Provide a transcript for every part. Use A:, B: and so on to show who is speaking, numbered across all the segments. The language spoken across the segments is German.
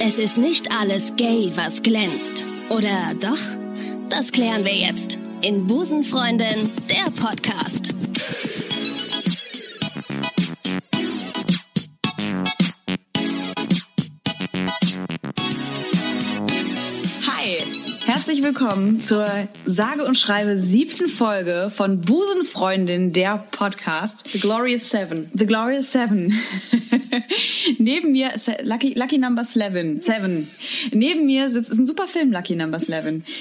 A: Es ist nicht alles gay, was glänzt. Oder doch? Das klären wir jetzt in Busenfreundin, der Podcast.
B: Hi, herzlich willkommen zur sage und schreibe siebten Folge von Busenfreundin, der Podcast.
C: The Glorious Seven.
B: The Glorious Seven. Neben mir ist Lucky, Lucky Number Seven. Seven. Neben mir sitzt, ist ein super Film, Lucky Number Seven.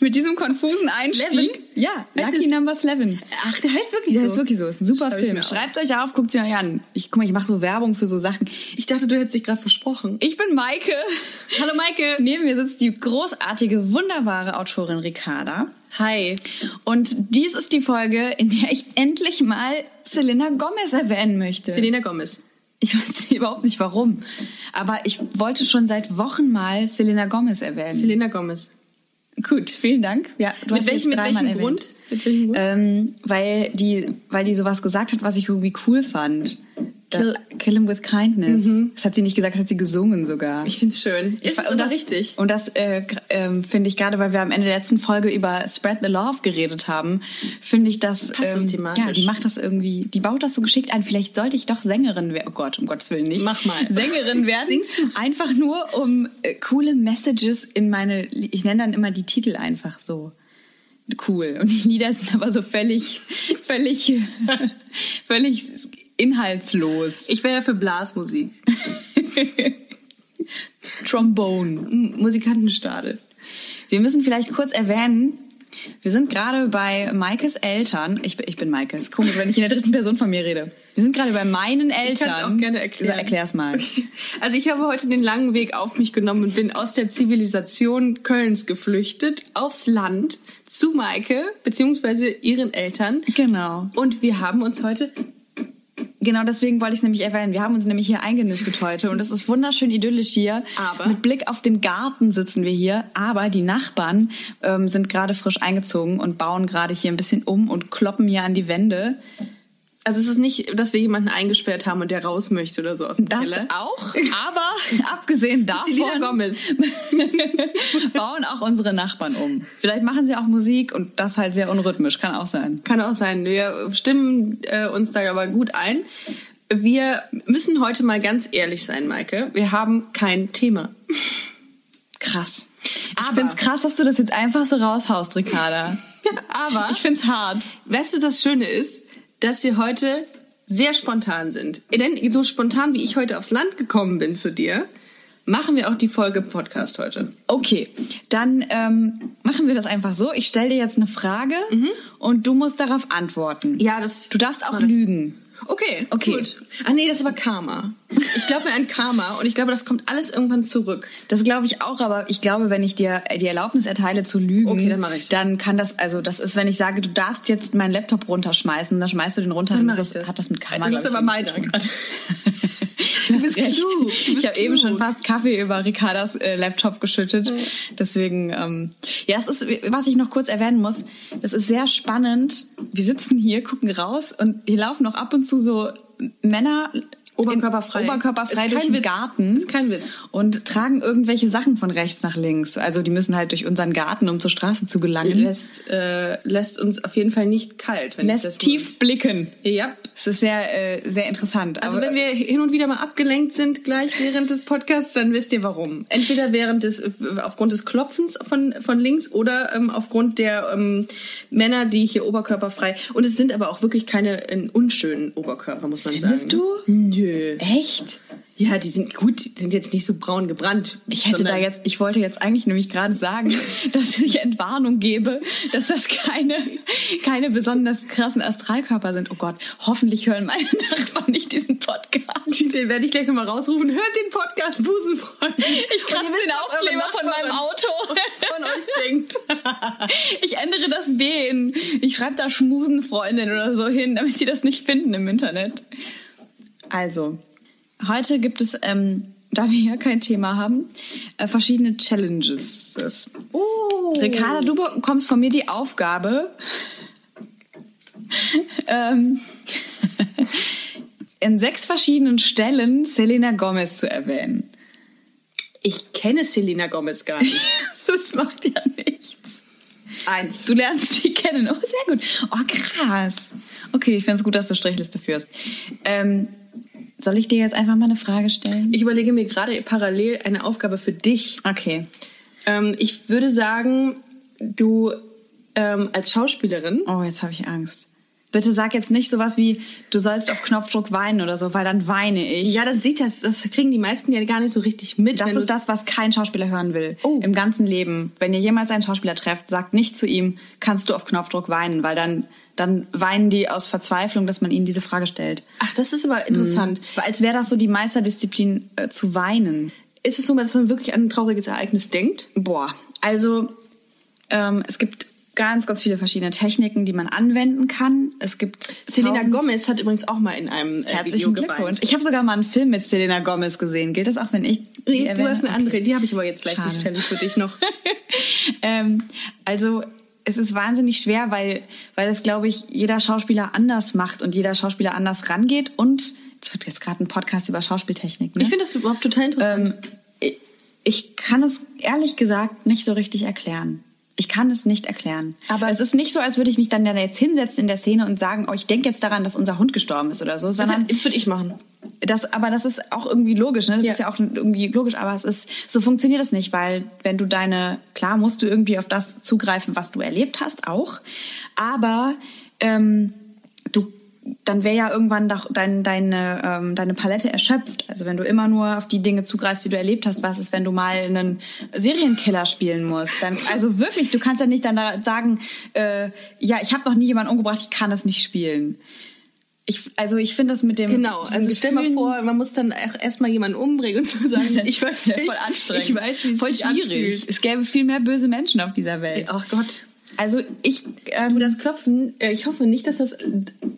B: Mit diesem konfusen Einstieg.
C: Eleven?
B: Ja,
C: Heißt
B: Lucky
C: es-
B: Number Seven.
C: Ach, der heißt wirklich
B: Der
C: so.
B: ist wirklich so, ist ein super
C: Schreib ich mir
B: Film.
C: auf.
B: Schreibt euch auf, guckt sie euch an. Ich guck mal, ich mache so Werbung für so Sachen.
C: Ich dachte, du hättest dich gerade versprochen.
B: Ich bin Maike. Hallo Maike. Neben mir sitzt die großartige, wunderbare Autorin Ricarda.
C: Hi.
B: Und dies ist die Folge, in der ich endlich mal Selena Gomez erwähnen möchte.
C: Äh, Selena Gomez.
B: ich weiß überhaupt nicht warum, aber ich wollte schon seit Wochen mal Selena Gomez erwähnen.
C: Selena Gomez.
B: Gut, vielen Dank. Ja, du
C: Mit
B: hast
C: welchem-
B: mich
C: mit
B: dreimal
C: welchem
B: erwähnt.
C: Grund? Mit welchem Grund?
B: Ähm, weil die, weil die sowas gesagt hat, was ich irgendwie cool fand. Kill, Kill him with kindness.
C: Mhm.
B: Das hat sie nicht gesagt, das hat sie gesungen sogar.
C: Ich find's schön. Ist
B: Und
C: es aber
B: das-
C: richtig?
B: Und das äh, gr- ähm, finde ich gerade, weil wir am Ende der letzten Folge über Spread the Love geredet haben, finde ich das. ähm,
C: Passt das thematisch?
B: Ja, die macht das irgendwie, die baut das so geschickt ein. Vielleicht sollte ich doch Sängerin werden. Oh Gott, um Gottes Willen nicht.
C: Mach mal.
B: Sängerin werden.
C: Singst du?
B: Einfach nur, um äh, coole Messages in meine. Li- Ich nenne dann immer die Titel einfach so. Cool. Und die Lieder sind aber so völlig, völlig, völlig inhaltslos.
C: Ich wäre ja für Blasmusik.
B: Trombone. mm,
C: M Musikantenstadel.
B: Wir müssen vielleicht kurz erwähnen, wir sind gerade bei Maikes Eltern. Ich, bin- ich bin Maikes. Komisch, wenn ich in der dritten Person von mir rede. Wir sind gerade bei meinen Eltern.
C: Ich kann es auch gerne erklären.
B: So, erklär's mal.
C: Okay. Also ich habe heute den langen Weg auf mich genommen und bin aus der Zivilisation Kölns geflüchtet, aufs Land, zu Maike, beziehungsweise ihren Eltern.
B: Genau.
C: Und wir haben uns heute
B: Genau deswegen wollte ich es nämlich erwähnen. Wir haben uns nämlich hier eingenistet heute und es ist wunderschön idyllisch hier.
C: Aber-
B: Mit Blick auf den Garten sitzen wir hier. Aber die Nachbarn ähm, sind gerade frisch eingezogen und bauen gerade hier ein bisschen um und kloppen hier an die Wände.
C: Also es ist nicht, dass wir jemanden eingesperrt haben und der raus möchte oder so aus dem
B: Das
C: Keller.
B: auch, aber abgesehen davon
C: Selena Gomez.
B: bauen auch unsere Nachbarn um. Vielleicht machen sie auch Musik und das halt sehr unrhythmisch, kann auch sein.
C: Kann auch sein. Wir stimmen äh, uns da aber gut ein. Wir müssen heute mal ganz ehrlich sein, Maike. Wir haben kein Thema.
B: Krass. Ich
C: Aber-
B: find's krass, dass du das jetzt einfach so raushaust, Ricarda.
C: Aber
B: Ich find's hart.
C: weißt du, das Schöne ist, dass wir heute sehr spontan sind. Denn so spontan, wie ich heute aufs Land gekommen bin zu dir, machen wir auch die Folge Podcast heute.
B: Okay, dann ähm, machen wir das einfach so. Ich stelle dir jetzt eine Frage und du musst darauf antworten.
C: Ja, das.
B: Du darfst auch
C: Mach ich.
B: lügen.
C: Okay,
B: Okay.
C: gut. Ah nee, das ist aber Karma. Ich glaube an Karma und ich glaube, das kommt alles irgendwann zurück.
B: Das glaube ich auch, aber ich glaube, wenn ich dir äh, die Erlaubnis erteile zu lügen,
C: Okay, dann mach ich's.
B: dann kann das, also das ist, wenn ich sage, du darfst jetzt meinen Laptop runterschmeißen, dann schmeißt du den runter,
C: Dann
B: dann,
C: mach
B: ist
C: ich
B: das,
C: das.
B: hat das mit Karma.
C: Das ist
B: glaub ich,
C: aber meiner
B: nichts zu tun.
C: gerade.
B: Du
C: Du
B: hast
C: bist
B: recht.
C: klug, du bist
B: ich habe eben
C: klug.
B: schon fast Kaffee über Ricardas äh, Laptop geschüttet. Deswegen, ähm, ja, es ist, was ich noch kurz erwähnen muss, das ist sehr spannend. Wir sitzen hier, gucken raus und hier laufen auch ab und zu so Männer
C: Oberkörperfrei.
B: in- oberkörperfrei
C: Ist
B: durch
C: kein
B: den
C: Witz.
B: Garten.
C: Ist kein Witz.
B: Und tragen irgendwelche Sachen von rechts nach links. Also die müssen halt durch unseren Garten, um zur Straße zu gelangen.
C: lässt, äh, lässt uns auf jeden Fall nicht kalt. Wenn ich das
B: Lässt tief blicken.
C: Ja.
B: Es ist sehr, äh, sehr interessant.
C: Also
B: Aber-
C: wenn wir hin und wieder mal abgelenkt sind, gleich während des Podcasts, dann wisst ihr warum. Entweder während des, äh, aufgrund des Klopfens von, von links oder ähm, aufgrund der ähm, Männer, die hier oberkörperfrei. Und es sind aber auch wirklich keine äh, unschönen Oberkörper, muss man
B: Findest
C: sagen.
B: du?
C: Nö.
B: Echt?
C: Ja, die sind gut, die sind jetzt nicht so braun gebrannt.
B: Ich hätte da
C: sondern-
B: jetzt, ich wollte jetzt eigentlich nämlich gerade sagen, dass ich Entwarnung gebe, dass das keine, keine besonders krassen Astralkörper sind. Oh Gott, hoffentlich hören meine Nachbarn nicht diesen Podcast.
C: Den werde ich gleich nochmal rausrufen. Hört den Podcast Busenfreund.
B: Ich kratze den Aufkleber von meinem Auto.
C: Von euch denkt.
B: Ich ändere das B in, ich schreibe da Schmusenfreundin oder so hin, damit sie das nicht finden im Internet. Also, heute gibt es, ähm, da wir ja kein Thema haben, äh, verschiedene Challenges.
C: Oh.
B: Ricarda, du bekommst von mir die Aufgabe, ähm, in sechs verschiedenen Stellen Selena Gomez zu erwähnen.
C: ich kenne Selena Gomez gar nicht.
B: das macht ja nichts.
C: Eins.
B: Du lernst sie kennen. Oh, sehr gut. Oh, krass. Okay, ich finde es gut, dass du Strichliste führst. Ähm, soll ich dir jetzt einfach mal eine Frage stellen?
C: Ich überlege mir gerade parallel eine Aufgabe für dich.
B: Okay.
C: Ähm, ich würde sagen, du ähm, als Schauspielerin.
B: Oh, jetzt habe ich Angst. Bitte sag jetzt nicht sowas wie, du sollst auf Knopfdruck weinen oder so, weil dann weine ich.
C: Ja, dann sieht das, das kriegen die meisten ja gar nicht so richtig mit.
B: Das
C: wenn
B: ist
C: du-
B: das, was kein Schauspieler hören will.
C: Oh.
B: Im ganzen Leben. Wenn ihr jemals einen Schauspieler trefft, sagt nicht zu ihm, kannst du auf Knopfdruck weinen, weil dann, dann weinen die aus Verzweiflung, dass man ihnen diese Frage stellt.
C: Ach, das ist aber interessant.
B: Weil Als wäre das so die Meisterdisziplin äh, zu weinen.
C: Ist es so, dass man wirklich an ein trauriges Ereignis denkt?
B: Boah, also ähm, es gibt ganz, ganz viele verschiedene Techniken, die man anwenden kann. Es gibt
C: Selena
B: tausend-
C: Gomez hat übrigens auch mal in einem äh, Video
B: Herzlichen Glückwunsch.
C: geweint.
B: Ich habe sogar mal einen Film mit Selena Gomez gesehen. Gilt das auch, wenn ich die
C: Du
B: erwähne?
C: hast eine andere, die habe ich aber jetzt gleich,
B: Schade.
C: die stelle ich für dich noch.
B: ähm, also es ist wahnsinnig schwer, weil, weil das, glaube ich, jeder Schauspieler anders macht und jeder Schauspieler anders rangeht. Und es wird jetzt gerade ein Podcast über Schauspieltechnik. Ne?
C: Ich finde das überhaupt total
B: ähm,
C: interessant.
B: ich, ich kann es ehrlich gesagt nicht so richtig erklären. Ich kann es nicht erklären.
C: Aber-
B: es ist nicht so, als würde ich mich dann da jetzt hinsetzen in der Szene und sagen, oh, ich denke jetzt daran, dass unser Hund gestorben ist oder so, sondern
C: das würde ich machen.
B: das, aber das ist auch irgendwie logisch, ne? Das
C: Ja.
B: ist ja auch irgendwie logisch, aber es ist, so funktioniert das nicht, weil wenn du deine, klar musst du irgendwie auf das zugreifen, was du erlebt hast, auch, aber ähm, du, dann wäre ja irgendwann doch dein, deine, ähm, deine Palette erschöpft. Also wenn du immer nur auf die Dinge zugreifst, die du erlebt hast, was ist, wenn du mal einen Serienkiller spielen musst? Dann, also wirklich, du kannst ja nicht dann da sagen, äh, ja, ich habe noch nie jemanden umgebracht, ich kann das nicht spielen. Ich, also ich finde das mit dem
C: Genau,
B: diesen
C: also stell mal
B: Gefühlen-
C: vor, man muss dann auch erstmal jemanden umbringen und so sagen, ich weiß
B: Ja,
C: nicht,
B: voll anstrengend.
C: ich weiß, wie es
B: voll
C: sich
B: schwierig.
C: anfühlt.
B: Es gäbe viel mehr böse Menschen auf dieser Welt.
C: Ach Gott.
B: Also ich,
C: Du,
B: ähm,
C: das Klopfen, äh, ich hoffe nicht, dass das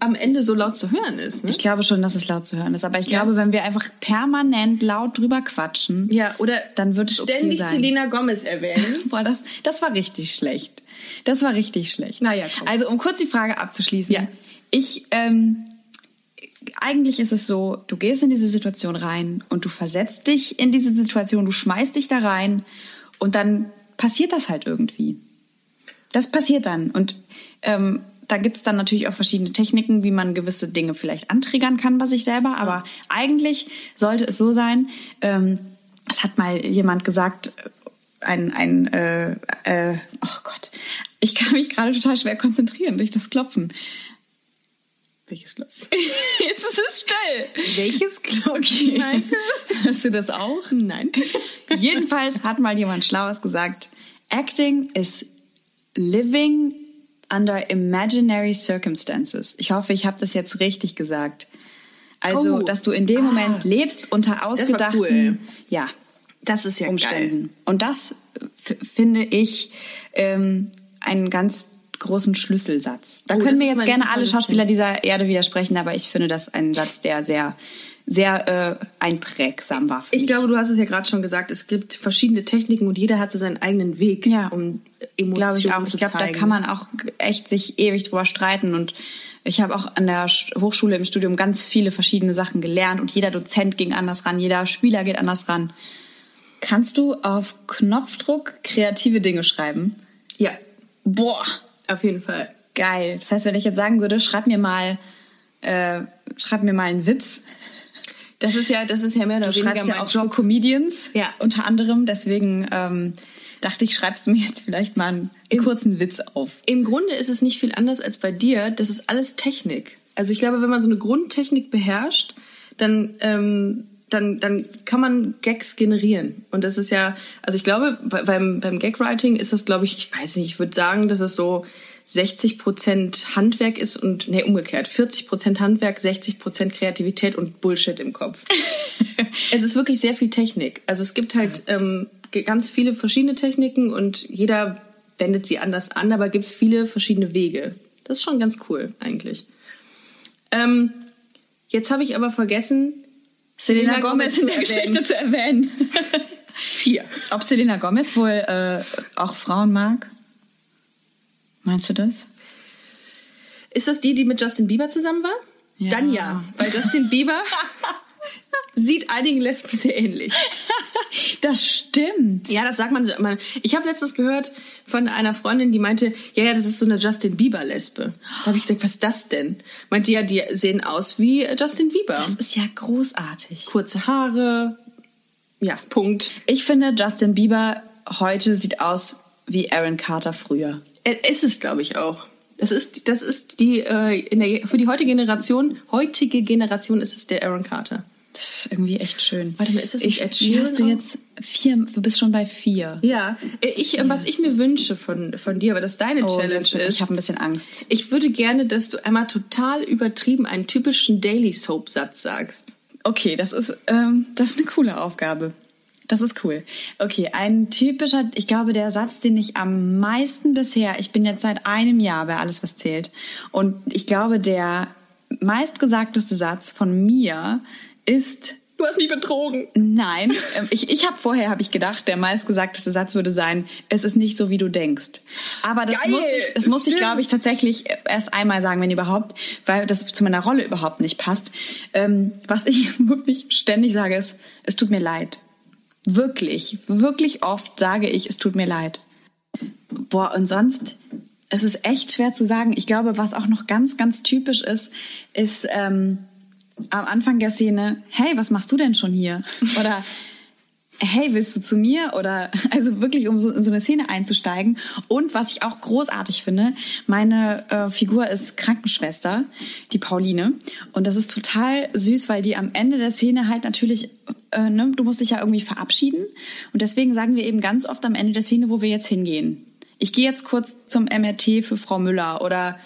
C: am Ende so laut zu hören ist. Ne?
B: ich glaube schon, dass es laut zu hören ist, aber ich glaube, wenn wir einfach permanent laut drüber quatschen,
C: Ja, oder
B: dann wird es okay
C: ständig
B: sein.
C: Selena Gomez erwähnen.
B: Boah, das, das war richtig schlecht. Das war richtig schlecht.
C: Naja, komm.
B: Also, um kurz die Frage abzuschließen.
C: Ja.
B: Ich, ähm, eigentlich ist es so, du gehst in diese Situation rein und du versetzt dich in diese Situation, du schmeißt dich da rein und dann passiert das halt irgendwie. Das passiert dann. Und ähm, da gibt's dann natürlich auch verschiedene Techniken, wie man gewisse Dinge vielleicht antriggern kann bei sich selber. Aber eigentlich sollte es so sein, ähm, es hat mal jemand gesagt, äh, ein, ein äh, äh, oh Gott, ich kann mich gerade total schwer konzentrieren durch das Klopfen.
C: Welches Klopfen?
B: Jetzt ist es still.
C: Welches
B: Okay.
C: Klopfen? Nein.
B: Hast du das auch?
C: Nein.
B: Jedenfalls hat mal jemand Schlaues gesagt, Acting is living under imaginary circumstances. Ich hoffe, ich habe das jetzt richtig gesagt. Also,
C: Oh.
B: dass du in dem Moment
C: Ah.
B: lebst unter
C: war
B: ausgedachten
C: cool.
B: ja,
C: Das ist ja
B: Umständen. Und das f- finde ich ähm, einen ganz großen Schlüsselsatz. Da
C: Oh,
B: können
C: das
B: mir
C: ist mal
B: jetzt
C: ein
B: gerne alle
C: interessantes
B: Schauspieler dieser Erde widersprechen, aber ich finde das einen Satz, der sehr, sehr äh, einprägsam war für
C: Ich
B: mich.
C: glaube, du hast es ja gerade schon gesagt, es gibt verschiedene Techniken und jeder hatte seinen eigenen Weg,
B: Ja.
C: um Emotionen
B: glaube ich auch.
C: zu
B: Ich glaube, da
C: zeigen.
B: kann man auch echt sich ewig drüber streiten. Und ich habe auch an der Sch- Hochschule im Studium ganz viele verschiedene Sachen gelernt. Und jeder Dozent ging anders ran, jeder Spieler geht anders ran. Kannst du auf Knopfdruck kreative Dinge schreiben?
C: Ja,
B: Boah,
C: auf jeden Fall.
B: geil. Das heißt, wenn ich jetzt sagen würde, schreib mir mal, äh, schreib mir mal einen Witz.
C: Das ist ja, das ist ja mehr oder
B: Du
C: weniger
B: schreibst ja
C: mein
B: auch für Comedians,
C: Ja.
B: unter anderem. Deswegen ähm, dachte ich, schreibst du mir jetzt vielleicht mal einen kurzen Witz auf.
C: Im Grunde ist es nicht viel anders als bei dir. Das ist alles Technik. Also ich glaube, wenn man so eine Grundtechnik beherrscht, dann, ähm, dann, dann kann man Gags generieren. Und das ist ja, also ich glaube, bei, beim, beim Gagwriting ist das, glaube ich, ich weiß nicht, ich würde sagen, dass es so 60 Prozent Handwerk ist und, nee, umgekehrt, 40 Prozent Handwerk, 60 Prozent Kreativität und Bullshit im Kopf. Es ist wirklich sehr viel Technik. Also es gibt halt ähm, ge- ganz viele verschiedene Techniken und jeder wendet sie anders an, aber gibt viele verschiedene Wege. Das ist schon ganz cool eigentlich. Ähm, jetzt habe ich aber vergessen, Selena, Gomez in der Geschichte.
B: zu erwähnen.
C: Vier.
B: Ob Selena Gomez wohl äh, auch Frauen mag? Meinst du das?
C: Ist das die, die mit Justin Bieber zusammen war?
B: Ja.
C: Dann ja, weil Justin Bieber sieht einigen Lesben sehr ähnlich.
B: Das stimmt.
C: Ja, das sagt man. so immer. Ich habe letztens gehört von einer Freundin, die meinte, ja, ja, das ist so eine Justin Bieber-Lesbe. Da habe ich gesagt, was ist das denn? Meinte, ja, die sehen aus wie äh, Justin Bieber.
B: Das ist ja großartig.
C: Kurze Haare. Ja, Punkt.
B: Ich finde, Justin Bieber heute sieht aus wie Aaron Carter früher.
C: Er ist es, glaube ich, auch. Das ist, das ist die, äh, in der, für die heutige Generation, heutige Generation ist es der Aaron Carter.
B: Das ist irgendwie echt schön.
C: Warte mal, ist das
B: ich,
C: nicht Ed
B: wie hast du
C: Sheeran?
B: jetzt vier, du bist schon bei vier.
C: Ja, äh, ich, äh, was ich mir wünsche von, von dir, aber das deine Challenge
B: jetzt-
C: ist,
B: Oh, ich habe ein bisschen Angst.
C: ich würde gerne, dass du einmal total übertrieben einen typischen Daily Soap Satz sagst.
B: Okay, das ist, ähm, das ist eine coole Aufgabe. Das ist cool. Okay, ein typischer, ich glaube, der Satz, den ich am meisten bisher, ich bin jetzt seit einem Jahr bei Alles, was zählt. Und ich glaube, der meistgesagteste Satz von mir ist,
C: Du hast mich betrogen.
B: Nein, ähm, ich, ich habe vorher habe ich gedacht, der meistgesagteste Satz würde sein, es ist nicht so wie du denkst. Aber das
C: Geil,
B: musste ich, das
C: das
B: musste ich
C: stimmt.
B: glaube ich tatsächlich erst einmal sagen, wenn überhaupt, weil das zu meiner Rolle überhaupt nicht passt. Ähm, was ich wirklich ständig sage ist, es tut mir leid. Wirklich, wirklich oft sage ich, es tut mir leid. Boah, und sonst, es ist echt schwer zu sagen. Ich glaube, was auch noch ganz, ganz typisch ist, ist ähm, am Anfang der Szene, hey, was machst du denn schon hier? Oder hey, willst du zu mir? Oder also wirklich, um so, in so eine Szene einzusteigen. Und was ich auch großartig finde, meine äh, Figur ist Krankenschwester, die Pauline. Und das ist total süß, weil die am Ende der Szene halt natürlich, äh, ne, du musst dich ja irgendwie verabschieden. Und deswegen sagen wir eben ganz oft am Ende der Szene, wo wir jetzt hingehen. Ich gehe jetzt kurz zum MRT für Frau Müller oder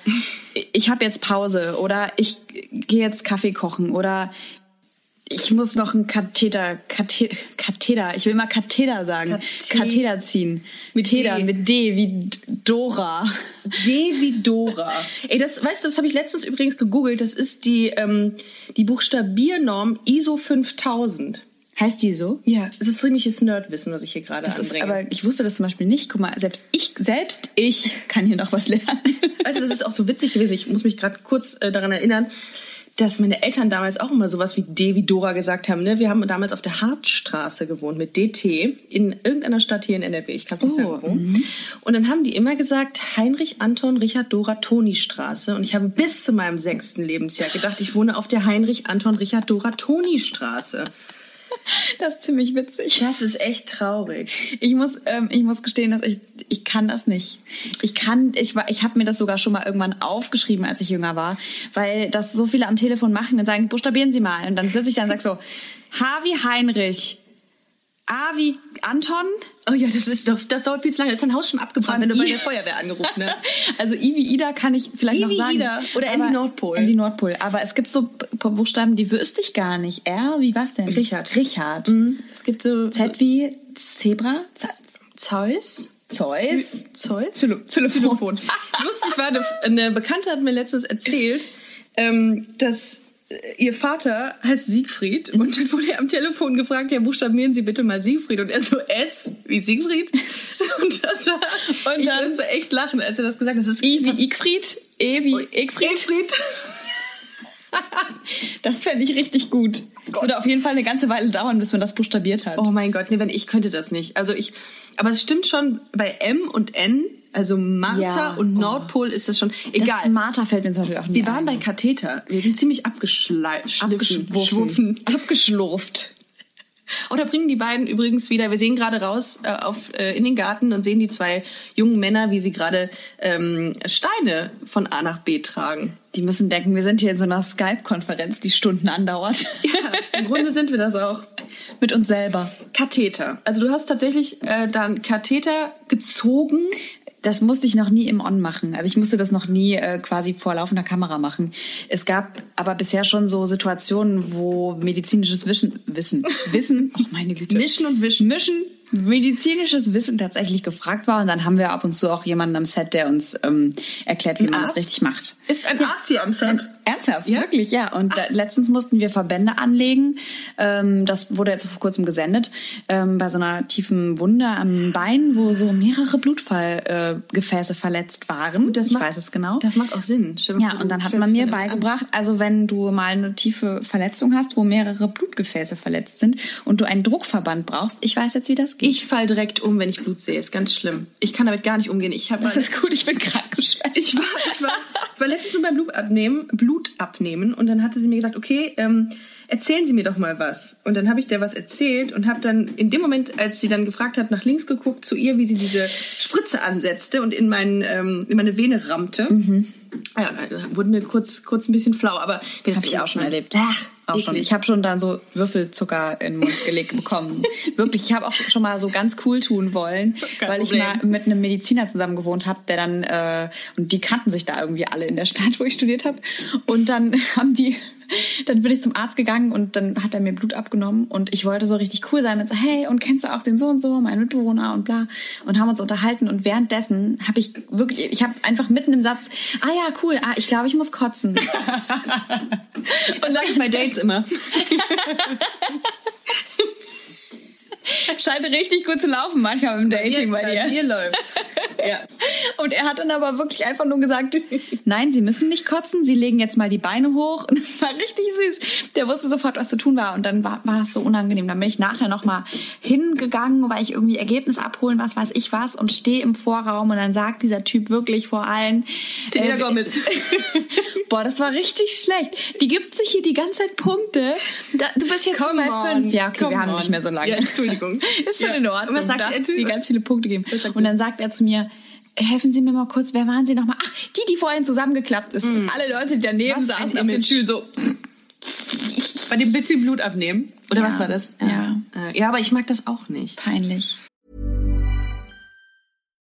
B: ich habe jetzt Pause oder ich gehe jetzt Kaffee kochen oder ich muss noch einen Katheter, Kathe, Katheter, ich will immer Katheter sagen,
C: Kathe-
B: Katheter ziehen. Mit
C: Mit
B: Täter,
C: D.
B: mit D, wie Dora.
C: Devidora. Ey, das, weißt du, das habe ich letztens übrigens gegoogelt. Das ist die, ähm, die Buchstabiernorm ISO 5000.
B: Heißt die so?
C: Ja, es ist ziemliches Nerdwissen, was ich hier gerade
B: Das ist,
C: anbringe.
B: aber ich wusste das zum Beispiel nicht. Guck mal, selbst ich, selbst ich kann hier noch was lernen.
C: Weißt du, das ist auch so witzig gewesen. Ich muss mich gerade kurz äh, daran erinnern, dass meine Eltern damals auch immer sowas wie D wie Dora gesagt haben. Ne? Wir haben damals auf der Hartstraße gewohnt mit DT in irgendeiner Stadt hier in NRW. Ich kann es nicht
B: Oh,
C: sagen. Wo. Und dann haben die immer gesagt Heinrich Anton Richard Dora Toni Straße. Und ich habe bis zu meinem sechsten Lebensjahr gedacht, ich wohne auf der Heinrich Anton Richard Dora Toni Straße.
B: Das ist ziemlich witzig.
C: Das ist echt traurig.
B: Ich muss, ähm, ich muss gestehen, dass ich, ich kann das nicht. Ich kann, ich war, ich habe mir das sogar schon mal irgendwann aufgeschrieben, als ich jünger war, weil das so viele am Telefon machen und sagen, buchstabieren Sie mal. Und dann sitze ich da und sag so, H wie Heinrich, A wie Anton,
C: Oh ja, das ist doch, das dauert viel zu lange. Ist dein Haus schon abgebrannt, wenn du bei
B: I-
C: der Feuerwehr angerufen hast?
B: also I wie Ida kann ich vielleicht
C: I
B: noch
C: wie
B: sagen.
C: Ida oder N wie Nordpol.
B: N wie Nordpol. Aber es gibt so B- Buchstaben, die wüsste ich gar nicht. R wie was denn?
C: Richard. Mhm.
B: Richard.
C: Es gibt so
B: Z wie Zebra. Z
C: Zeus.
B: Zeus.
C: Zeus?
B: Telefon.
C: Telefon. Lustig war, eine, eine Bekannte hat mir letztens erzählt, ähm, dass äh, ihr Vater heißt Siegfried und dann wurde er am Telefon gefragt, ja, buchstabieren Sie bitte mal Siegfried und er so S wie Siegfried und das war,
B: Und
C: ich
B: dann-
C: musste echt lachen, als er das gesagt hat. Das ist Oh,
B: I wie Igfried. E wie Igfried.
C: Siegfried.
B: Das fände ich richtig gut. Es würde auf jeden Fall eine ganze Weile dauern, bis man das buchstabiert hat.
C: Oh mein Gott, nee, wenn ich könnte das nicht. Also ich, aber es stimmt schon bei M und N, also Martha
B: Ja.
C: und Nordpol ist das schon egal.
B: Das Martha fällt mir zum Beispiel auch nicht
C: Wir waren bei Katheter. Wir sind ziemlich abgeschleift.
B: abgeschwuffen. Abgeschlurft.
C: Oder bringen die beiden übrigens wieder. Wir sehen gerade raus äh, auf, äh, in den Garten und sehen die zwei jungen Männer, wie sie gerade ähm, Steine von A nach B tragen.
B: Die müssen denken, wir sind hier in so einer Skype-Konferenz, die Stunden andauert.
C: Ja, im Grunde sind wir das auch.
B: Mit uns selber.
C: Katheter. Also du hast tatsächlich äh, dann Katheter gezogen.
B: Das musste ich noch nie im On machen. Also ich musste das noch nie äh, quasi vor laufender Kamera machen. Es gab aber bisher schon so Situationen, wo medizinisches Wissen, Wissen, Wissen, oh meine Güte.
C: Mischen und Wischen.
B: Mischen medizinisches Wissen tatsächlich gefragt war. Und dann haben wir ab und zu auch jemanden am Set, der uns ähm, erklärt, wie man das
C: Arzt?
B: richtig macht.
C: Ist ein Arzt hier am Set?
B: Ernsthaft,
C: Ja?
B: wirklich, ja. Und äh, letztens mussten wir Verbände anlegen. Ähm, das wurde jetzt vor kurzem gesendet. Ähm, bei so einer tiefen Wunde am Bein, wo so mehrere Blutfallgefäße äh, Gefäße verletzt waren. ich
C: macht-
B: weiß es genau.
C: Das macht auch Sinn. Stell dir vor,
B: Ja,
C: du
B: und dann hat
C: schürzt
B: man mir
C: dir an.
B: beigebracht, also wenn du mal eine tiefe Verletzung hast, wo mehrere Blutgefäße verletzt sind und du einen Druckverband brauchst, ich weiß jetzt, wie das geht.
C: Ich fall direkt um, wenn ich Blut sehe. Ist ganz schlimm. Ich kann damit gar nicht umgehen. Ich habe
B: Das ist gut, ich bin Krankenschwester.
C: Ich war, ich war, ich war letztens nur beim Blut abnehmen, Blut abnehmen und dann hatte sie mir gesagt, okay, ähm, erzählen Sie mir doch mal was. Und dann habe ich der was erzählt und habe dann in dem Moment, als sie dann gefragt hat, nach links geguckt zu ihr, wie sie diese Spritze ansetzte und in, meinen, ähm, in meine Vene rammte.
B: Mhm.
C: Ah Ja, dann wurden mir kurz, kurz ein bisschen flau, aber
B: Hab ich auch schon erlebt.
C: eh Ach,
B: Auch schon.
C: eklig.
B: Ich habe schon dann so Würfelzucker in den Mund gelegt bekommen. Wirklich, ich habe auch schon mal so ganz cool tun wollen,
C: Kein
B: weil ich
C: Problem.
B: mal mit einem Mediziner zusammen gewohnt habe, der dann, äh, und die kannten sich da irgendwie alle in der Stadt, wo ich studiert habe. Und dann haben die, dann bin ich zum Arzt gegangen und dann hat er mir Blut abgenommen und ich wollte so richtig cool sein mit so, hey, und kennst du auch den so und so, meinen Mitbewohner und bla. Und haben uns unterhalten und währenddessen habe ich wirklich, ich habe einfach mitten im Satz, ah ja, cool, ah, ich glaube, ich muss kotzen.
C: Und sage ich bei Dates immer.
B: Scheint richtig gut zu laufen manchmal im Dating bei dir.
C: Hier läuft's. Ja.
B: Und er hat dann aber wirklich einfach nur gesagt, nein, Sie müssen nicht kotzen, Sie legen jetzt mal die Beine hoch. Und es war richtig süß. Der wusste sofort, was zu tun war. Und dann war, war es so unangenehm. Dann bin ich nachher nochmal hingegangen, weil ich irgendwie Ergebnis abholen, was weiß ich was, und stehe im Vorraum. Und dann sagt dieser Typ wirklich vor allen... äh,
C: Selena Gomez. äh,
B: Boah, das war richtig schlecht. Die gibt sich hier die ganze Zeit Punkte. Da, du bist jetzt schon
C: Come
B: bei
C: on,
B: fünf. Ja, okay,
C: Äh, come
B: wir haben
C: on.
B: nicht mehr so lange.
C: Ja, Entschuldigung.
B: Ist schon
C: Ja.
B: in Ordnung.
C: Und was sagt
B: Darf
C: der Typ?
B: die
C: Was-
B: ganz viele Punkte geben.
C: Was sagt
B: Und dann sagt er zu mir, helfen Sie mir mal kurz, wer waren Sie nochmal? Ach, die, die vorhin zusammengeklappt ist. Und alle Leute, die daneben
C: Mhm. Was ein
B: saßen auf den
C: Image.
B: Stühlen so.
C: Bei dem bisschen Blut abnehmen. Oder
B: Ja.
C: was war das?
B: Ja.
C: ja. Äh, Ja, aber ich mag das auch nicht.
B: Peinlich.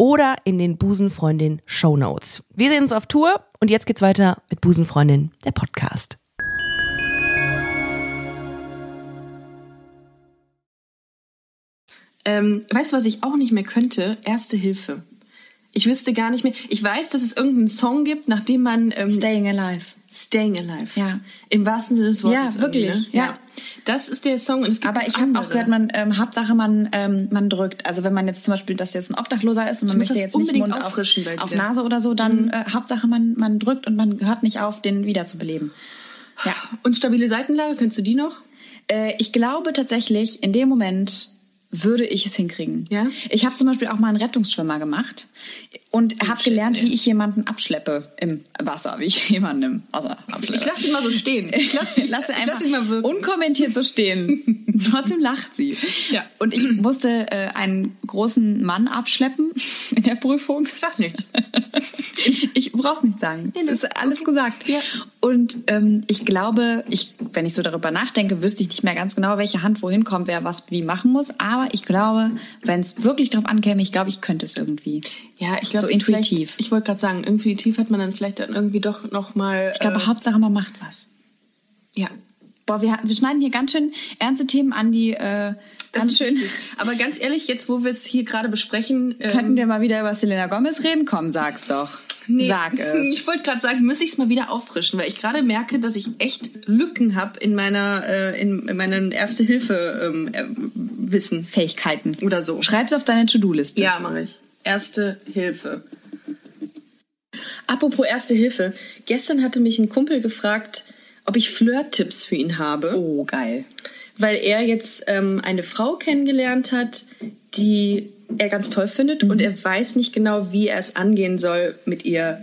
D: oder in den Busenfreundin Shownotes. Wir sehen uns auf Tour und jetzt geht's weiter mit Busenfreundin, der Podcast.
C: Ähm, weißt du, was ich auch nicht mehr könnte? Erste Hilfe. Ich wüsste gar nicht mehr. Ich weiß, dass es irgendeinen Song gibt, nach dem man ähm,
B: Staying alive.
C: Staying Alive.
B: Ja.
C: Im wahrsten Sinne des Wortes.
B: Ja, wirklich,
C: irgendwie,
B: ja.
C: Ne? Das ist der Song. Und es gibt
B: Aber ich habe auch
C: andere.
B: gehört, man ähm, Hauptsache man ähm, man drückt. Also wenn man jetzt zum Beispiel, dass jetzt ein Obdachloser ist und man
C: muss
B: möchte
C: das
B: jetzt nicht
C: unbedingt
B: Mund auf,
C: auffrischen Mhm. bald
B: auf
C: wieder.
B: Nase oder so, dann äh, Hauptsache man man drückt und man hört nicht auf, den wiederzubeleben. Ja.
C: Und stabile Seitenlage, kennst du die noch?
B: Äh, ich glaube tatsächlich, in dem Moment würde ich es hinkriegen.
C: Ja?
B: Ich habe zum Beispiel auch mal einen Rettungsschwimmer gemacht und habe gelernt, wie ich jemanden abschleppe im Wasser, wie ich jemanden also abschleppe.
C: Ich lasse ihn mal so stehen. Ich lasse
B: Lass sie
C: ich
B: einfach
C: lass ihn mal wirken.
B: unkommentiert so stehen. Trotzdem lacht sie.
C: Ja.
B: Und ich musste äh, einen großen Mann abschleppen in der Prüfung.
C: Sag nicht.
B: Ich brauch's nicht sagen.
C: nee.
B: Es ist alles gesagt.
C: Ja.
B: Und ähm, ich glaube, ich, wenn ich so darüber nachdenke, wüsste ich nicht mehr ganz genau, welche Hand wohin kommt, wer was wie machen muss. Aber ich glaube, wenn es wirklich drauf ankäme, ich glaube, ich könnte es irgendwie.
C: Ja, ich glaube
B: so intuitiv.
C: vielleicht- Ich wollte gerade sagen, Äh. intuitiv hat man dann vielleicht dann irgendwie doch noch mal.
B: Ich glaube, Hauptsache man macht was.
C: Ja.
B: Boah, wir, wir schneiden hier ganz schön ernste Themen an, die äh,
C: Das
B: ganz
C: ist
B: schön.
C: richtig. Aber ganz ehrlich, jetzt wo wir es hier gerade besprechen, ähm,
B: Könnten wir mal wieder über Selena Gomez reden? Komm, sag's doch. Sag es.
C: Ich wollte gerade sagen, muss ich es mal wieder auffrischen, weil ich gerade merke, dass ich echt Lücken habe in meiner äh, in, in meinem Erste Hilfe ähm, äh, Wissen
B: Fähigkeiten.
C: oder so.
B: Schreib's auf deine To-Do-Liste.
C: Ja, mache ich. Erste Hilfe. Apropos Erste Hilfe. Gestern hatte mich ein Kumpel gefragt, ob ich Flirt-Tipps für ihn habe.
B: Oh, geil.
C: weil er jetzt ähm, eine Frau kennengelernt hat, die er ganz toll findet
B: Mhm.
C: und er weiß nicht genau, wie er es angehen soll, mit ihr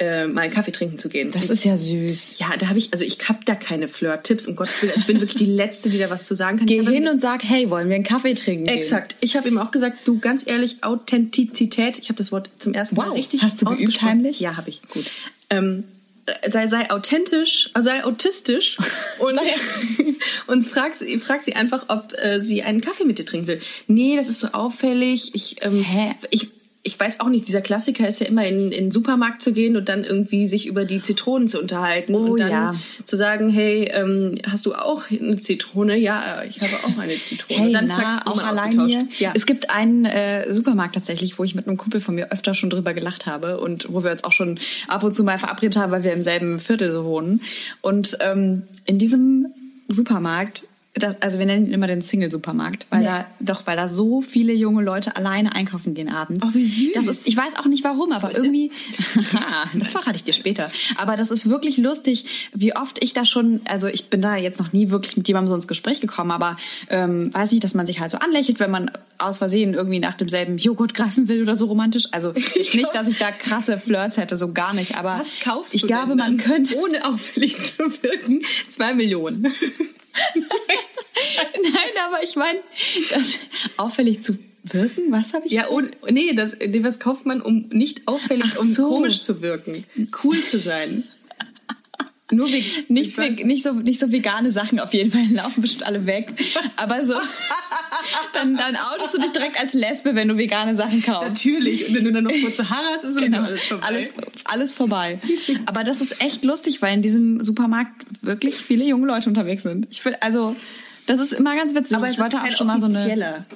C: äh, mal einen Kaffee trinken zu gehen.
B: Das ist ja süß.
C: ja, da habe ich, also ich habe da keine Flirt-Tipps, um Gottes Willen. Also ich bin wirklich die Letzte, die da was zu sagen kann.
B: Geh
C: ich habe-
B: hin und sag, hey, wollen wir einen Kaffee trinken? gehen?
C: Exakt. Ich habe ihm auch gesagt, du ganz ehrlich, Authentizität, ich habe das Wort zum ersten Mal
B: Wow.
C: richtig
B: Hast du geübt
C: ausgesprochen.
B: heimlich?
C: Ja, habe ich. Gut. Ähm, äh, sei, sei authentisch, äh, sei autistisch und, und frag, sie- frag sie einfach, ob äh, sie einen Kaffee mit dir trinken will. Nee, das ist so auffällig. Ich, ähm,
B: Hä?
C: ich ich weiß auch nicht, dieser Klassiker ist ja immer in, in den Supermarkt zu gehen und dann irgendwie sich über die Zitronen zu unterhalten
B: Oh,
C: und dann
B: ja.
C: zu sagen, hey, ähm, hast du auch eine Zitrone? Ja, äh, ich habe auch eine Zitrone.
B: Hey,
C: und dann
B: na,
C: zack,
B: auch
C: Nummern
B: allein
C: ausgetauscht.
B: hier.
C: Ja.
B: Es gibt einen äh, Supermarkt tatsächlich, wo ich mit einem Kumpel von mir öfter schon drüber gelacht habe und wo wir uns auch schon ab und zu mal verabredet haben, weil wir im selben Viertel so wohnen. Und ähm, in diesem Supermarkt, das, also wir nennen ihn immer den Single-Supermarkt, weil da doch, weil da so viele junge Leute alleine einkaufen gehen abends.
C: Oh, wie süß.
B: Das ist, ich weiß auch nicht warum, aber irgendwie,
C: Ah,
B: Haha, das verrate ich dir später. Aber das ist wirklich lustig, wie oft ich da schon, also ich bin da jetzt noch nie wirklich mit jemandem so ins Gespräch gekommen, aber ähm, weiß nicht, dass man sich halt so anlächelt, wenn man aus Versehen irgendwie nach demselben Joghurt greifen will oder so romantisch. Also jetzt nicht, dass ich da krasse Flirts hätte, so gar nicht, aber
C: Was kaufst
B: ich
C: du
B: glaube,
C: denn
B: man
C: dann,
B: könnte
C: ohne auffällig zu wirken, zwei Millionen.
B: Nein, aber ich meine, das auffällig zu wirken, was habe ich
C: Ja, ohne, nee, das, nee, was kauft man, um nicht auffällig,
B: Ach
C: um
B: so.
C: komisch zu wirken, cool zu sein? Nur wegen
B: Nichts
C: ich weiß-
B: weg, nicht so nicht so vegane Sachen auf jeden Fall laufen bestimmt alle weg. Aber so dann dann outest du dich direkt als Lesbe, wenn du vegane Sachen kaufst.
C: Natürlich. Und wenn du dann noch kurze Haare hast, ist sowieso alles vorbei.
B: Genau. Alles, alles vorbei. Aber das ist echt lustig, weil in diesem Supermarkt wirklich viele junge Leute unterwegs sind. Ich finde, also das ist immer ganz witzig.
C: es
B: ich
C: ist
B: wollte auch
C: kein
B: schon mal so eine
C: offizieller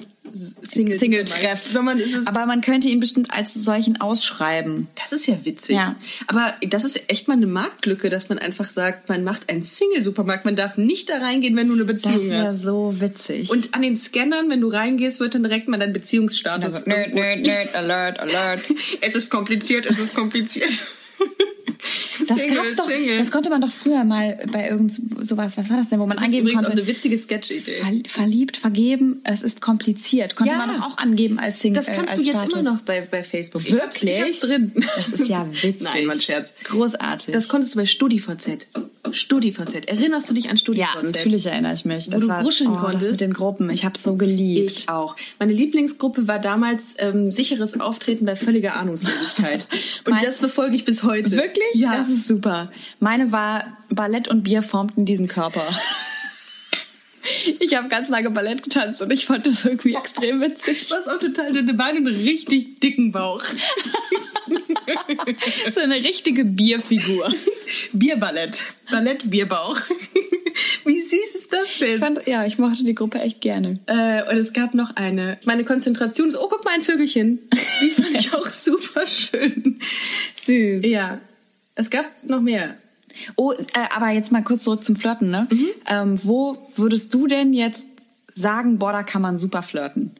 C: Single-
B: Single-Treff.
C: Sondern es ist
B: Aber man könnte ihn bestimmt als solchen ausschreiben.
C: Das ist ja witzig.
B: Ja.
C: Aber das ist echt mal eine Marktlücke, dass man einfach sagt, man macht einen Single-Supermarkt. Man darf nicht da reingehen, wenn du eine
B: Das
C: Beziehung
B: wäre
C: hast.
B: so witzig.
C: Und an den Scannern, wenn du reingehst, wird dann direkt mal dein Beziehungsstatus.
B: Also, nerd, nerd, nerd, alert, alert.
C: es ist kompliziert, es ist kompliziert.
B: Das gab's doch, das konnte man doch früher mal bei irgend sowas, was war das denn, wo man
C: das ist
B: angeben
C: übrigens
B: konnte?
C: auch eine witzige Sketch-Idee.
B: Ver, verliebt, vergeben, es ist kompliziert. Konnte
C: Ja.
B: man doch auch angeben als Single.
C: Das kannst
B: äh,
C: du
B: als
C: jetzt
B: Status.
C: immer noch bei, bei Facebook. Ich hab's-
B: Wirklich?
C: Ich hab's drin.
B: Das ist ja witzig.
C: Nein, mein Scherz.
B: Großartig.
C: Das konntest du bei StudiVZ. StudiVZ. Erinnerst du dich an StudiVZ?
B: ja, natürlich erinnere ich mich.
C: Wo
B: Das
C: du
B: war,
C: gruscheln
B: oh, Das
C: konntest.
B: mit den Gruppen. Ich habe so geliebt.
C: Ich auch. Meine Lieblingsgruppe war damals ähm, sicheres Auftreten bei völliger Ahnungslosigkeit. Und
B: Mein-
C: das befolge ich bis heute.
B: Wirklich?
C: Ja.
B: Das ist super. Meine war, Ballett und Bier formten diesen Körper. Ich habe ganz lange Ballett getanzt und ich fand das irgendwie extrem witzig.
C: Du hast auch total dünne Beine und einen richtig dicken Bauch.
B: So eine richtige Bierfigur.
C: Bierballett. Ballett Bierbauch. Wie süß ist das denn?
B: Ich fand, ja, ich mochte die Gruppe echt gerne.
C: Äh, und es gab noch eine. Meine Konzentration ist. Oh, guck mal, ein Vögelchen. Die fand ich auch super schön.
B: Süß.
C: Ja. Es gab noch mehr.
B: Oh, äh, aber jetzt mal kurz zurück zum Flirten, ne?
C: Mhm.
B: Ähm, wo würdest du denn jetzt sagen, boah, da kann man super flirten?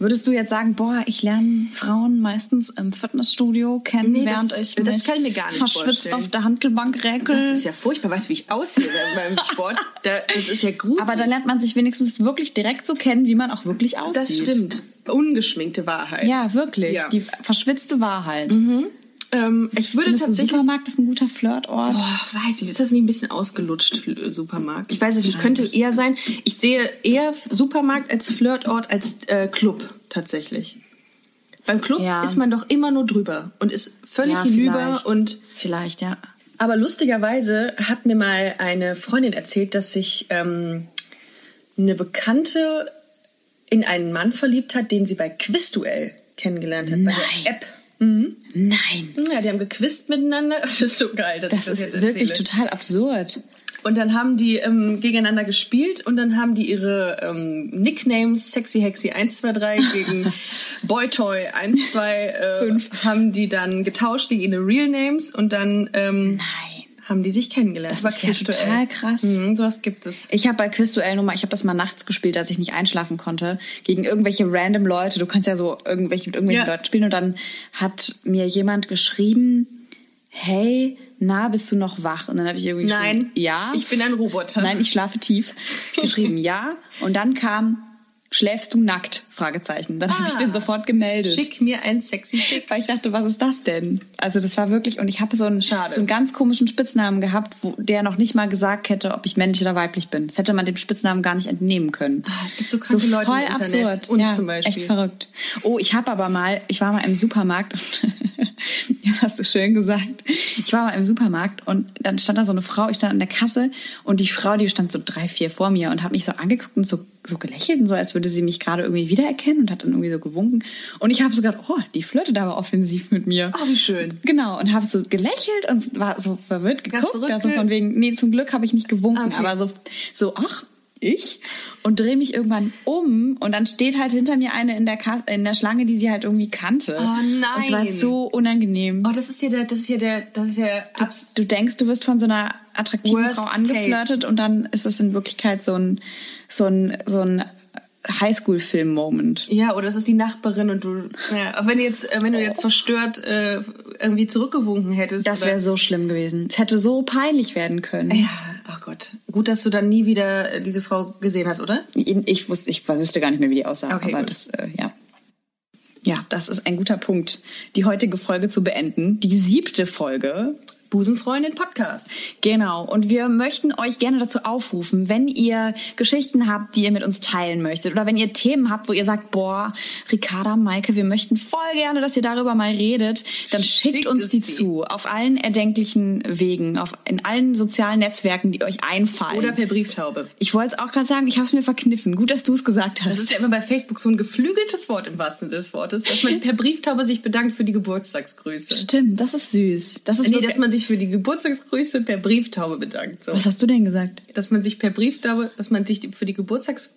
B: Würdest du jetzt sagen, boah, ich lerne Frauen meistens im Fitnessstudio kennen,
C: Nee, das-
B: während ich
C: das
B: mich
C: kann ich mir gar nicht
B: verschwitzt
C: vorstellen.
B: auf der Handelbank räkel?
C: Das ist ja furchtbar. Weißt du, wie ich aussehe beim Sport? Da, das ist ja gruselig.
B: aber dann lernt man sich wenigstens wirklich direkt so kennen, wie man auch wirklich aussieht.
C: Das stimmt. Ungeschminkte Wahrheit.
B: Ja, wirklich.
C: Ja.
B: Die verschwitzte Wahrheit.
C: ähm, ich würde
B: Findest du,
C: tatsächlich.
B: Supermarkt ist ein guter Flirtort.
C: Boah, weiß ich, ist das nicht ein bisschen ausgelutscht, Fl- Supermarkt? Ich weiß es nicht, könnte eher sein. Ich sehe eher Supermarkt als Flirtort als äh, Club tatsächlich. Beim Club
B: Ja.
C: ist man doch immer nur drüber und ist völlig
B: Ja,
C: hinüber
B: vielleicht.
C: und
B: Vielleicht, ja.
C: Aber lustigerweise hat mir mal eine Freundin erzählt, dass sich ähm, eine Bekannte in einen Mann verliebt hat, den sie bei Quizduell kennengelernt hat, bei
B: Nein.
C: der App. Mhm.
B: Nein.
C: Ja, die haben gequizt miteinander. Das ist so geil, dass ich
B: Das
C: das
B: ist
C: jetzt
B: wirklich
C: erzähle.
B: total absurd.
C: Und dann haben die ähm, gegeneinander gespielt und dann haben die ihre ähm, Nicknames Sexy Hexy 123 gegen Boytoy 125 äh, haben die dann getauscht gegen ihre Real Names und dann ähm, haben die sich kennengelernt.
B: Das ist ja
C: Quizduell.
B: total krass.
C: Mhm, sowas gibt es.
B: Ich habe bei Quizduell nochmal, ich habe das mal nachts gespielt, als ich nicht einschlafen konnte, gegen irgendwelche random Leute. Du kannst ja so irgendwelche mit irgendwelchen
C: Ja.
B: Leuten spielen und dann hat mir jemand geschrieben, hey, na, bist du noch wach? Und dann habe ich irgendwie
C: Nein.
B: geschrieben, ja.
C: Ich bin ein Roboter.
B: Nein, ich schlafe tief. Geschrieben, ja. Und dann kam, schläfst du nackt? Fragezeichen. Dann habe ich
C: Ah.
B: den sofort gemeldet.
C: Schick mir ein sexy Fick.
B: Weil ich dachte, was ist das denn? Also das war wirklich, und ich habe so einen, so
C: Schade.
B: einen ganz komischen Spitznamen gehabt, wo der noch nicht mal gesagt hätte, ob ich männlich oder weiblich bin. Das hätte man dem Spitznamen gar nicht entnehmen können.
C: Ah, es gibt so kranke Leute im
B: voll
C: Internet.
B: absurd.
C: Uns
B: ja,
C: zum Beispiel.
B: Echt verrückt. Oh, ich habe aber mal, ich war mal im Supermarkt. ja, hast du schön gesagt. Ich war mal im Supermarkt und dann stand da so eine Frau, ich stand an der Kasse und die Frau, die stand so drei, vier vor mir und hat mich so angeguckt und so, so gelächelt und so, als würde sie mich gerade irgendwie wiedererkennen und hat dann irgendwie so gewunken. Und ich habe so gedacht, oh, die flirtet aber offensiv mit mir.
C: Oh, wie schön.
B: Genau, und habe so gelächelt und war so verwirrt geguckt. Da so
C: zurückge-
B: von wegen, nee, zum Glück habe ich nicht gewunken,
C: Ah, Okay.
B: aber so, so, ach, ich? Und drehe mich irgendwann um und dann steht halt hinter mir eine in der, Kas in der Schlange, die sie halt irgendwie kannte.
C: Oh nein.
B: Das war so unangenehm.
C: Oh, das ist ja der, das ist ja der, das ist ja abs
B: Du denkst, du wirst von so einer attraktiven
C: Worst
B: Frau angeflirtet und dann ist es in Wirklichkeit so ein, so ein, so ein Highschool-Film-Moment.
C: Ja, oder es ist die Nachbarin und du. Ja, aber wenn du jetzt, äh, wenn du jetzt verstört äh, irgendwie zurückgewunken hättest.
B: Das
C: oder-
B: wäre so schlimm gewesen. Es hätte so peinlich werden können.
C: Ja, ach Gott. Gut, dass du dann nie wieder äh, diese Frau gesehen hast, oder?
B: Ich wusste, ich wüsste gar nicht mehr, wie die aussah,
C: Okay,
B: aber
C: gut.
B: das, äh, ja. Ja, das ist ein guter Punkt, die heutige Folge zu beenden. Die siebte Folge.
C: Busenfreundin Podcast.
B: Genau. Und wir möchten euch gerne dazu aufrufen, wenn ihr Geschichten habt, die ihr mit uns teilen möchtet oder wenn ihr Themen habt, wo ihr sagt, boah, Ricarda, Maike, wir möchten voll gerne, dass ihr darüber mal redet, dann schickt,
C: Schickt
B: uns
C: es
B: die
C: sie.
B: zu. Auf allen erdenklichen Wegen, auf, in allen sozialen Netzwerken, die euch einfallen.
C: Oder per Brieftaube.
B: ich wollte es auch gerade sagen, ich habe es mir verkniffen. Gut, dass du es gesagt hast.
C: Das ist ja immer bei Facebook so ein geflügeltes Wort im wahrsten Sinne des Wortes, dass man per Brieftaube sich bedankt für die Geburtstagsgrüße.
B: Stimmt, das ist süß. Das ist
C: Nee,
B: wirklich-
C: dass man sich für die Geburtstagsgrüße per Brieftaube bedankt. So.
B: Was hast du denn gesagt?
C: Dass man sich per Brieftaube, dass man sich die- für die Geburtstagsgrüße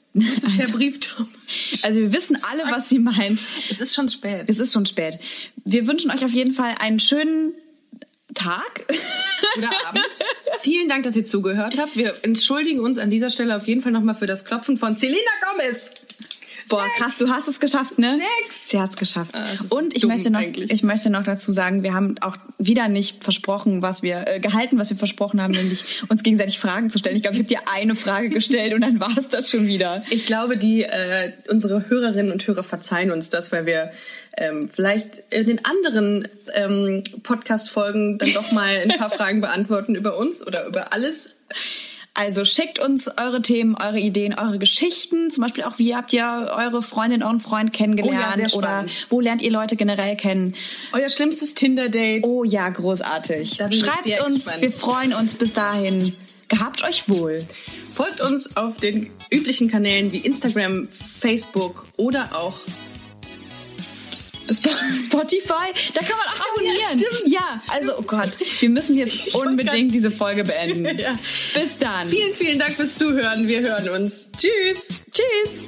C: per
B: Also-
C: Brieftaube.
B: Also wir wissen alle, was sie meint.
C: Es ist schon spät.
B: Es ist schon spät. Wir wünschen euch auf jeden Fall einen schönen Tag.
C: Guten Abend. Vielen Dank, dass ihr zugehört habt. Wir entschuldigen uns an dieser Stelle auf jeden Fall nochmal für das Klopfen von Selena Gomez.
B: Boah, krass, du hast es geschafft, ne?
C: Sechs.
B: Sie hat's geschafft.
C: Ah, es ist
B: Und ich
C: dumm
B: möchte, noch,
C: eigentlich.
B: ich möchte noch dazu sagen, wir haben auch wieder nicht versprochen, was wir äh, gehalten, was wir versprochen haben, nämlich uns gegenseitig Fragen zu stellen. Ich glaube, ich habe dir eine Frage gestellt und dann war es das schon wieder.
C: Ich glaube, die äh, unsere Hörerinnen und Hörer verzeihen uns das, weil wir ähm, vielleicht in den anderen ähm, Podcast-Folgen dann doch mal ein paar Fragen beantworten über uns oder über alles.
B: Also schickt uns eure Themen, eure Ideen, eure Geschichten. Zum Beispiel auch, wie habt ihr eure Freundin, euren Freund kennengelernt?
C: Oh ja, sehr
B: oder
C: spannend.
B: wo lernt ihr Leute generell kennen?
C: Euer schlimmstes Tinder-Date.
B: Oh ja, großartig.
C: Da bin ich
B: Schreibt
C: sehr
B: uns,
C: gespannt.
B: wir freuen uns bis dahin. Gehabt euch wohl.
C: Folgt uns auf den üblichen Kanälen wie Instagram, Facebook oder auch
B: Sp- Spotify, da kann man auch abonnieren. Ja,
C: stimmt.
B: also oh Gott, wir müssen jetzt
C: wollte
B: unbedingt
C: grad-
B: diese Folge beenden.
C: Ja.
B: Bis dann.
C: Vielen, vielen Dank fürs Zuhören. Wir hören uns. Tschüss.
B: Tschüss.